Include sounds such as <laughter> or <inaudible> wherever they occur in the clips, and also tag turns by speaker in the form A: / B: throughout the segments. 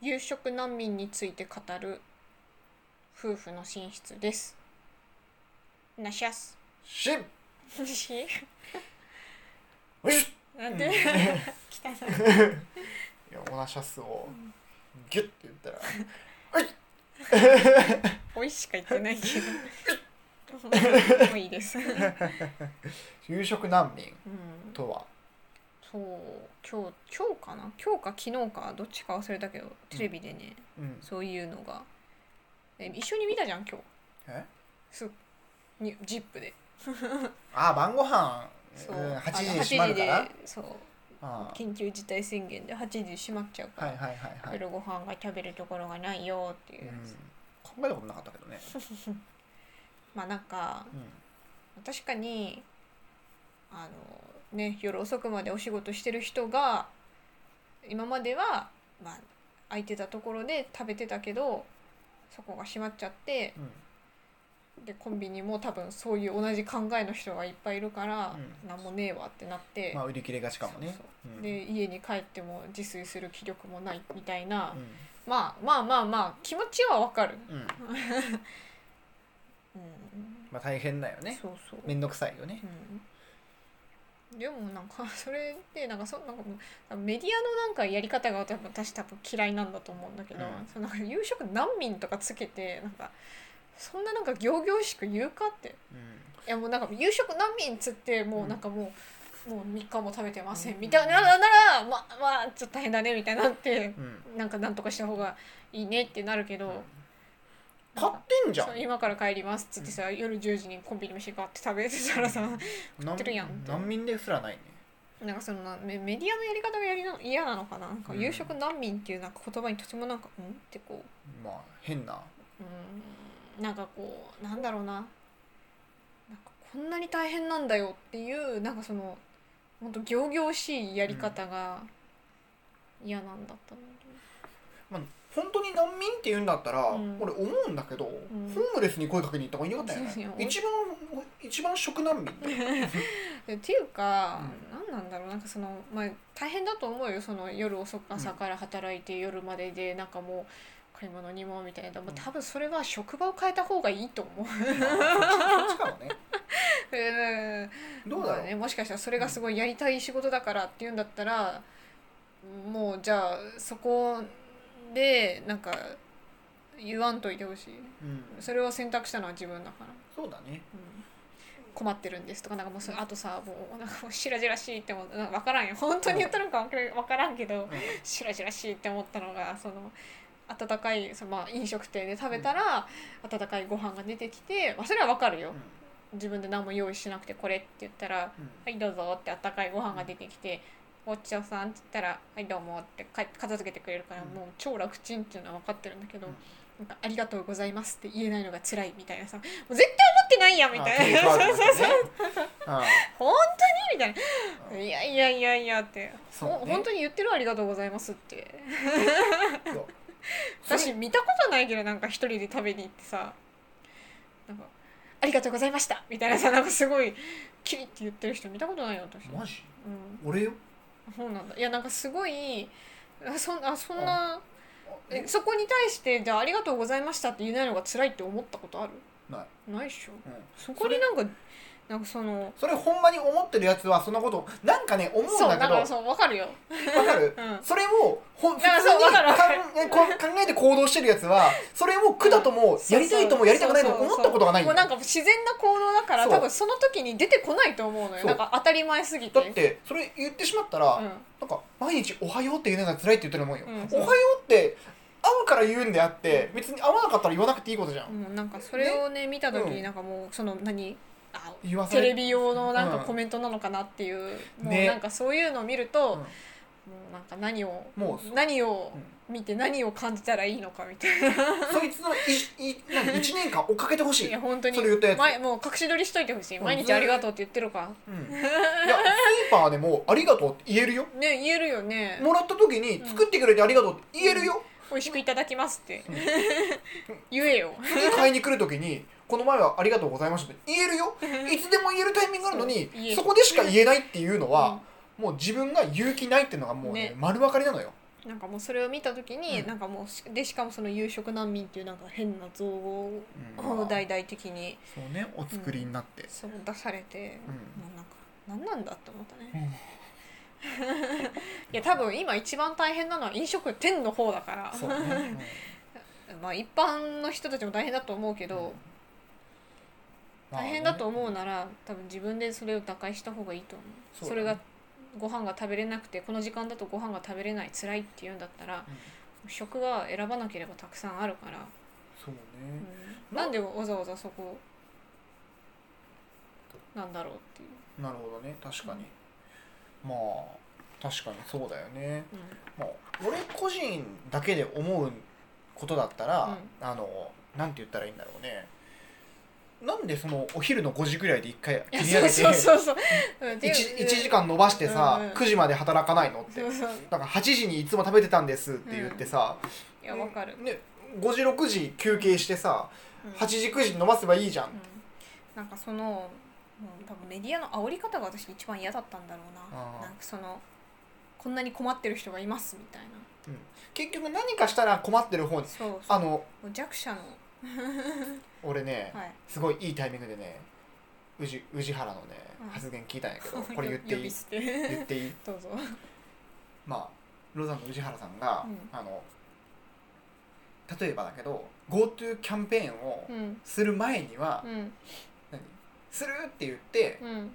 A: 有色難民について語る夫婦の寝室です。ナシャス。
B: シン
A: し
B: ウィッ
A: なん <laughs> で
B: うん
A: 来たの
B: いやオナシャスをギュッて言ったら
A: おいしか言ってないけど。もういいです。うん。
B: 夕食難民とは
A: そう今日今日かな今日か昨日かどっちか忘れたけどテレビでね、
B: うん
A: そういうのがえ一緒に見たじゃん今日
B: え
A: すにジップで
B: あ晩ご飯
A: そう
B: うん
A: あの
B: 8時に閉まるから
A: 8時でそう
B: あ
A: 緊急事態宣言で8時閉まっちゃう
B: あ
A: から、
B: はいはいはいはい、
A: 夜ご飯が食べるところがないよっていうう、
B: ん、考えたことなかったけどね、
A: まあなんか
B: う
A: 確かにあのね夜遅くまでお仕事してる人が今までは、まあ、空いてたところで食べてたけどそこが閉まっちゃって
B: んうん、
A: でコンビニも多分そういう同じ考えの人がいっぱいいるから、
B: うん
A: なんもねえわってなって、
B: まあ売り切れがちかもね
A: そう
B: うん
A: で家に帰っても自炊する気力もないみたいな、
B: う
A: まあまあまあまあ気持ちはわかる、
B: ん、うん、
A: うん
B: まあ大変だよね
A: そうそう
B: めんどくさいよね
A: うんでもなんか <laughs> それでなんかそなんかもうメディアのなんかやり方が多分私多分嫌いなんだと思うんだけど、
B: うん
A: そのなんか夕食難民とかつけてなんかそんななんか仰々しく言うかって
B: うん
A: いやもうなんか夕食難民っつっても
B: う
A: うんなんかもう、もう3日も食べてませ
B: うんん
A: みたいなならまあまあちょっと大変だねみたいになって
B: うん
A: なんかなんとかした方がいいねってなるけど、
B: 買ってんじゃん
A: そう今から帰りますっつってさ、夜10時にコンビニ飯ガって食べてたらさ、
B: なん
A: ってるやん
B: 難民ですらないね
A: なんかそのなメメディアのやり方がやりな嫌なのかななんか
B: うん
A: 夕食難民っていうなんか言葉にとてもなんか「うん?」ってこ
B: まあ変な
A: ううんなんかこうなんだろうななんかこんなに大変なんだよっていうなんかそのほんと仰々しいやり方が嫌なんだったの
B: まあ、本当に難民って言うんだったら、
A: うん
B: 俺思うんだけど、
A: ん
B: ホームレスに声かけに行った方がいいんだよ
A: そうよ
B: ね一番一番食難
A: <laughs>
B: 民だよ
A: でっていうか、なんなんだろうなんかその、まあ、大変だと思うよその夜遅く朝から働いて夜まででなんかもう買い物にもみたいな、もう多分それは職場を変えた方がいいと思う。
B: まあそっちそっちかもね
A: うん
B: どうだ
A: ま
B: ろ
A: あ
B: う、
A: ね、もしかしたらそれがすごいやりたい仕事だからっていうんだったら、もうじゃあそこでなんか言わんといてほしい
B: うん、
A: それを選択したのは自分だから、
B: そうだね
A: うん困ってるんですとかなんかもうそあとさもうなんかもうしらじらしいって思うなんか分からんよ本当に言ったのか分からん分からんけど
B: う
A: しらじらしいって思ったのがその温かいその、まあ、飲食店で食べたら、温かいご飯が出てきて、まあ、それは分かるよ、
B: んうん
A: 自分で何も用意しなくてこれって言ったら
B: うん
A: 「はいどうぞ」ってあったかいご飯が出てきて「ごちそうさん」って言ったら「はいどうも」ってか片付けてくれるから
B: うん
A: もう超楽ちんっていうのは分かってるんだけど
B: うん
A: 「なんかありがとうございます」って言えないのが辛いみたいなさ「もう絶対思ってないやん」みたいな「
B: あテイクアウト
A: そう
B: とか
A: そうそう
B: ねあ
A: 本当に?」みたい
B: う
A: な「いやいやいやいや」って「
B: そうね
A: ほ本当に言ってるありがとうございます」って
B: あそう
A: 私見たことないけどなんか一人で食べに行ってさなんか「ありがとうございました」みたいな <laughs> さなんかすごいキリって言ってる人見たことないよ私。
B: マジ
A: うん
B: 俺よ
A: そうなんだいやなんかすごいあそんあそんな
B: え
A: えそこに対してじゃあありがとうございましたって言えないのが辛いって思ったことある
B: ない、
A: ないっしょ
B: うん、
A: そこになんかなんかその
B: それほんまに思ってるやつはそんなことなんかね思うん
A: そうだ
B: だけ
A: か
B: ど
A: ら
B: わ
A: そうわかるよ
B: かる
A: うん
B: それをほん普通
A: あそう
B: に
A: わかるわ
B: か
A: か
B: んえこう考えて行動してるやつはそれを苦だともやりたいともやりたくないとも思ったことがない
A: もうなん
B: だ
A: か自然な行動だから
B: そう
A: 多分その時に出てこないと思うのよ
B: そう
A: なんか当たり前すぎて
B: ってそれ言ってしまったら、
A: うん
B: なんか毎日「おはよう」って言うのが辛いって言ってるもんよ、
A: うん
B: おはようって会うから言うんであって別に会わなかったら言わなくていいことじゃん、
A: もうなんかそれをね見た時
B: う
A: に
B: ん
A: なんかもうその何あ
B: 言わさ
A: テ
B: れ
A: レビ用のなんか
B: うん
A: コメントなのかなっていう、もう
B: ね
A: なんかそういうのを見ると、
B: うん
A: もうなんか何を
B: も
A: 何を
B: う
A: 見て何を感じたらいいのかみたいな、
B: そいつのいい何1年間追っかけてほしい
A: いや本当に
B: <laughs> それ言ったやつ
A: 前もう隠し撮りしといてほしい
B: うん
A: 毎日ありがとうって言ってるか
B: うん、いやスーパーでも「ありがとう」って言えるよ
A: ね言えるよね
B: もらった時に「作ってくれてありがとう」って言えるよ、
A: 美味しくいただきますって <laughs> 言えよ
B: 次買いに来る時に「この前はありがとうございました」って言えるよいつでも言えるタイミングあるの
A: そ
B: に
A: う言える
B: そこでしか言えないっていうのは、もう自分が勇気ないっていうのがもうね
A: ね
B: 丸分かりなのよ
A: なんかもうそれを見た時に、
B: うん
A: なんかもうしでしかもその夕食難民っていうなんか変な造語
B: うん
A: を大々的に
B: そうねお作りになって、
A: そう出されて、
B: うん
A: もうなんか何なんだって思ったね、
B: う
A: <laughs>
B: ん
A: いや多分今一番大変なのは飲食店の方だから
B: そうね、
A: <laughs> まあ一般の人たちも大変だと思うけ
B: うん
A: ど、
B: まあ
A: 大
B: ね
A: 変だと思うなら多分自分でそれを打開した方がいいと思うそ
B: そうだね
A: れがご飯が食べれなくてこの時間だとご飯が食べれない辛いっていうんだったら、食が選ばなければたくさんあるから、
B: そうね、
A: うんなんでわざわざそこなんだろうっていう、
B: なるほどね確かに、まあ確かにそうだよね
A: う
B: まあ、俺個人だけで思うことだったら、あのなんて言ったらいいんだろうねなんでそのお昼の5時ぐらいで1回
A: ん、い
B: 切り
A: や
B: 上げて
A: そう
B: 1
A: そうそうそう、うんっていう
B: 時間延ばしてさ、
A: うんうん
B: 9時まで働かないのって
A: そうそう
B: なんか8時にいつも食べてたんですって言ってさ、
A: いやわかる、
B: ね、5時6時休憩してさ
A: うん
B: 8時9時に飲ませばいいじゃ
A: う
B: ん、
A: んなんかそのもう多分メディアの煽り方が私一番嫌だったんだろう
B: あ
A: な
B: ー
A: なんかそのこんなに困ってる人がいますみたいな
B: 結局何かしたら困ってる方に
A: そうそう
B: あの
A: もう弱者の
B: 俺ね、
A: はい
B: すごいいいタイミングでね宇治宇治原のね
A: うん
B: 発言聞いたんや
A: <laughs>
B: けど、これ言って
A: 呼
B: い
A: び
B: い
A: 捨て
B: 言っていい
A: <laughs> どうぞ
B: まあロザンの宇治原さんが、
A: うん
B: あの例えばだけど GoTo キャンペーンを
A: うん
B: する前には、
A: うん
B: 何するって言って、
A: うん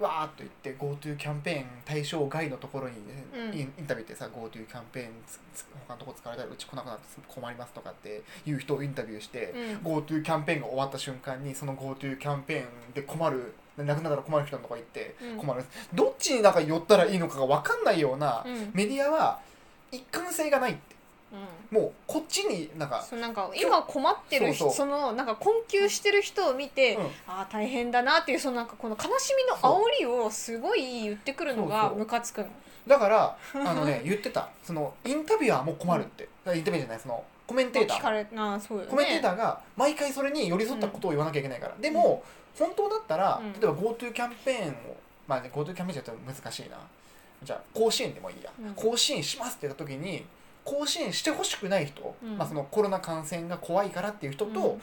B: わーっと言って GoTo キャンペーン対象外のところに、ね
A: うん
B: インインタビューってさ GoTo キャンペーンつつ他のとこ使われたらうち来なくなって困りますとかっていう人をインタビューして、
A: うん
B: GoTo キャンペーンが終わった瞬間にその GoTo キャンペーンで困るなくなったら困る人のとこ行って
A: うん
B: 困る、どっちになんか寄ったらいいのかが分かんないような、
A: うん
B: メディアは一貫性がないって
A: うん
B: もうこっちになんか
A: そうなんか今困ってる人
B: そう
A: そ
B: そう
A: のなんか困窮してる人を見て、
B: うん
A: ああ大変だなっていうそのなんかこの悲しみの煽りをすごい言ってくるの
B: そう
A: が
B: そう
A: ムカつくの
B: だからあ
A: <laughs>
B: のね言ってたそのインタビュアーも困るって、インタビューじゃないそのコメンテータ
A: 聞か
B: ー
A: れなあそうよね
B: コメンテーターが毎回それに寄り添ったことを言わなきゃいけないから、でも本当だったら、
A: うん
B: 例えば GoTo キャンペーンをまあね GoTo キャンペーンじゃちょっと難しいなじゃあ甲子園でもいいや、
A: うん
B: 甲子園しますって言った時に甲子園してほしくない人、
A: うん
B: まあ、そのコロナ感染が怖いからっていう人と、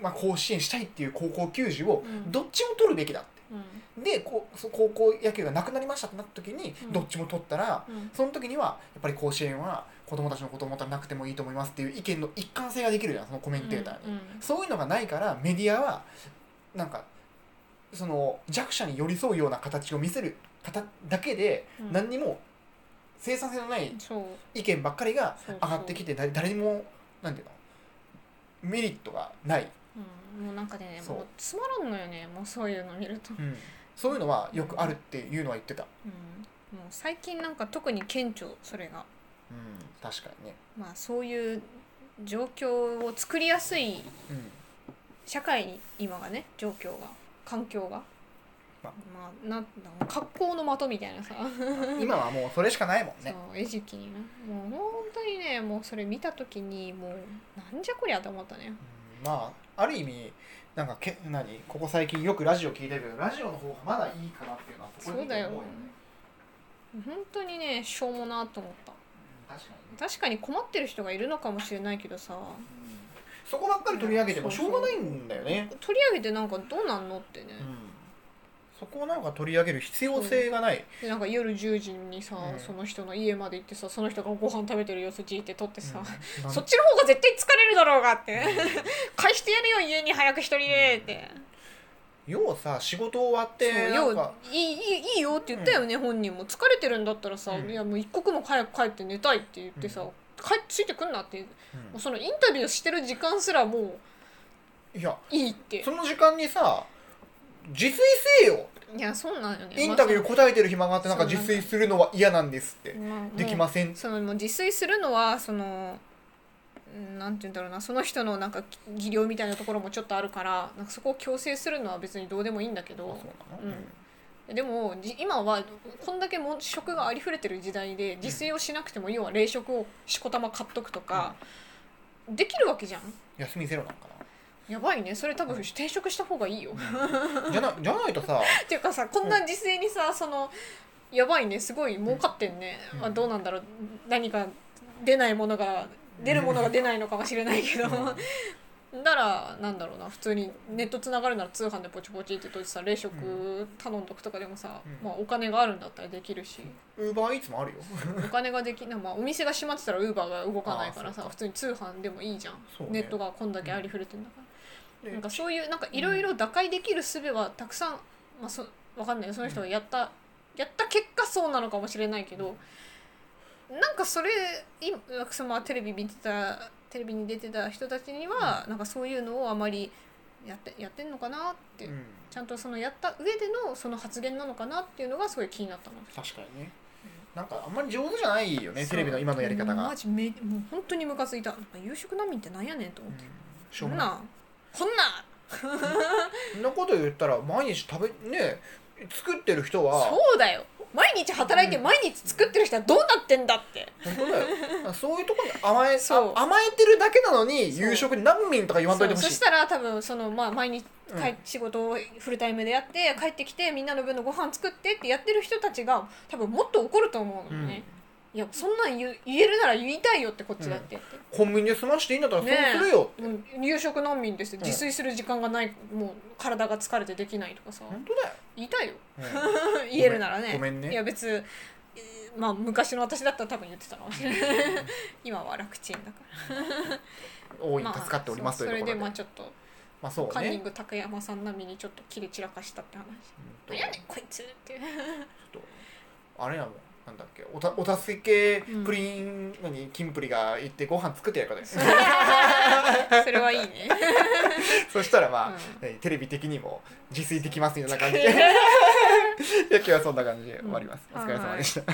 B: まあ、甲子園したいっていう高校球児を
A: うん
B: どっちも取るべきだって。
A: うん
B: でこうそ高校野球がなくなりましたってなった時に、
A: うん
B: どっちも取ったら
A: うん
B: その時にはやっぱり甲子園は子供たちのことを思ったらなくてもいいと思いますっていう意見の一貫性ができるじゃんそのコメンテーターに、
A: うんうん
B: そういうのがないからメディアはなんかその弱者に寄り添うような形を見せる方だけで
A: うん
B: 何にも生産性のない
A: そう
B: 意見ばっかりが
A: そうそう
B: 上がってきて誰誰にもなんていうのメリットがない、
A: うん、もうなんかね
B: そう
A: もうつまらんのよねもうそういうの見ると、
B: そういうのはよくあるっていうのは言ってた。
A: うん、もう最近なんか特に顕著それが
B: うん、確かにね、
A: まあそういう状況を作りやすい
B: うん、
A: 社会に今がね状況が環境が
B: まあ
A: まあなんだろう格好の的みたいなさ、
B: 今はもうそれしかないもん
A: <laughs> そ
B: ね
A: う餌食になもう本当にねもうそれ見た時にもうなんじゃこりゃと思ったね
B: うんまあある意味なんかけ何ここ最近よくラジオ聞いてるけどラジオの方がまだいいかなっていうのはこに
A: そうだよ
B: 思う
A: 本当にねしょうもなと思った
B: うん確かにね、
A: 確かに困ってる人がいるのかもしれないけどさ
B: うんそこばっかり取り上げてもしょうがないんだよね、
A: 取り上げてなんかどうなんのってね、
B: うんそこをなんか取り上げる必要性がない、
A: でなんか夜10時にさ、
B: うん
A: その人の家まで行ってさその人がご飯食べてる様子じって撮ってさ、
B: うん
A: そっちの方が絶対疲れるだろうがって、返してやるよ家に早く一人でって、
B: 要はさ仕事終わっ
A: そう
B: てなんか
A: よういいいいいいよって言ったよね、本人も疲れてるんだったらさ、
B: うん
A: いやもう一刻も早く帰って寝たいって言ってさ、
B: うん
A: 帰ついてくんなっても
B: うん
A: うそのインタビューしてる時間すらも
B: いや
A: ういいって
B: その時間にさ自炊せよ
A: いやそうなんよね
B: インタビュー答えてる暇があってなんか自炊するのは嫌なんですってできますせん
A: そのもう自炊するのはそのうんなんて言うんだろうなその人のなんか技量みたいなところもちょっとあるからなんかそこを強制するのは別にどうでもいいんだけど
B: あ
A: うんでもじ今はこんだけもう食がありふれてる時代で自炊をしなくても、要は冷食をしこたま買っとくとか、できるわけじゃん
B: 休みゼロなんか
A: やばいねそれ多分
B: うん
A: 転 <laughs> 職した方がいいよ、っ
B: なじゃなじゃないとさ
A: ていうかさこんな自炊にさそのやばいねすごい儲かってんね、
B: うん
A: まあ、どうなんだろう何か出ないものが出るものが出ないのかもしれないけどならなんだろうな普通にネットつながるなら通販でポチポチってとってさ冷食頼んどくとかでもさ、
B: うん
A: まあ、お金があるんだったらできるし、
B: ウーバーイーツもあるよ
A: お金ができな、まあ、お店が閉まってたらウーバーが動かないから
B: あーそ
A: さ
B: うか
A: 普通に通販でもいいじゃん、
B: そう
A: ネ
B: ね
A: ットがこんだけありふれてんだから。
B: で
A: なんかそういうなんかいろいろ打開できる術はたくさん、まあ、そわかんないよその人がやった、やった結果そうなのかもしれないけど、なんかそれ今そのまあテレビ見てたテレビに出てた人たちには、なんかそういうのをあまりやってやってんのかなって、
B: うん、
A: ちゃんとそのやった上でのその発言なのかなっていうのがすごい気になったの。
B: 確かにねなんかあんまり上手じゃないよねテレビの今のやり方
A: もう
B: が、
A: マジめもう本当にムカついたなんか夕食難民ってなんやねんと
B: う
A: 思っ
B: ん
A: て、
B: しょう
A: こ
B: も
A: ん
B: ない
A: なんこんなん
B: そんなこと言ったら毎日食べね作ってる人は
A: そうだよ毎日働いて
B: うん
A: 毎日作ってる人はどうなってんだって
B: 本当だよそういうところに甘え
A: そう
B: あ甘えてるだけなのに
A: そう
B: 夕食に難民とか言わんといてほ
A: そう
B: し
A: そし
B: い
A: たら多分その、まあ、毎日
B: うん
A: 帰仕事をフルタイムでやって帰ってきてみんなの分のご飯作ってってやってる人たちが多分もっと怒ると思うのね、いやそんなん言う言えるなら言いたいよってこっちだってって、
B: コンビニで済ましていいんだったらそう
A: ねえ
B: するよって、
A: もう夕食難民です
B: ん
A: 自炊する時間がないもう体が疲れてできないとかさ
B: 本当だよ、
A: 言いたいよ
B: うん
A: <laughs> 言えるならね
B: ごめんね
A: いや別えーまあ昔の私だったら多分言ってた
B: <laughs>
A: かもしれない今は楽ちんだから
B: 大いに助かっておりますと
A: まあ
B: い
A: そうそれ
B: うところ
A: で
B: で
A: まあちょっと、
B: まあそう
A: カンニ
B: ね
A: ング竹山さん並みにちょっと切れ散らかしたって話
B: うんと
A: い <laughs> やねんこいつっていう
B: ちょっとあれやもんなんだっけおたお助けプリン、何キンプリが行ってご飯作ってやるからね
A: それはいいね
B: <laughs>
A: <laughs>
B: そしたらまあ、えテレビ的にも
A: <laughs>
B: 自炊できますみたいな感じでいや今日はそんな感じで終わります、
A: うん
B: お疲れ様でした、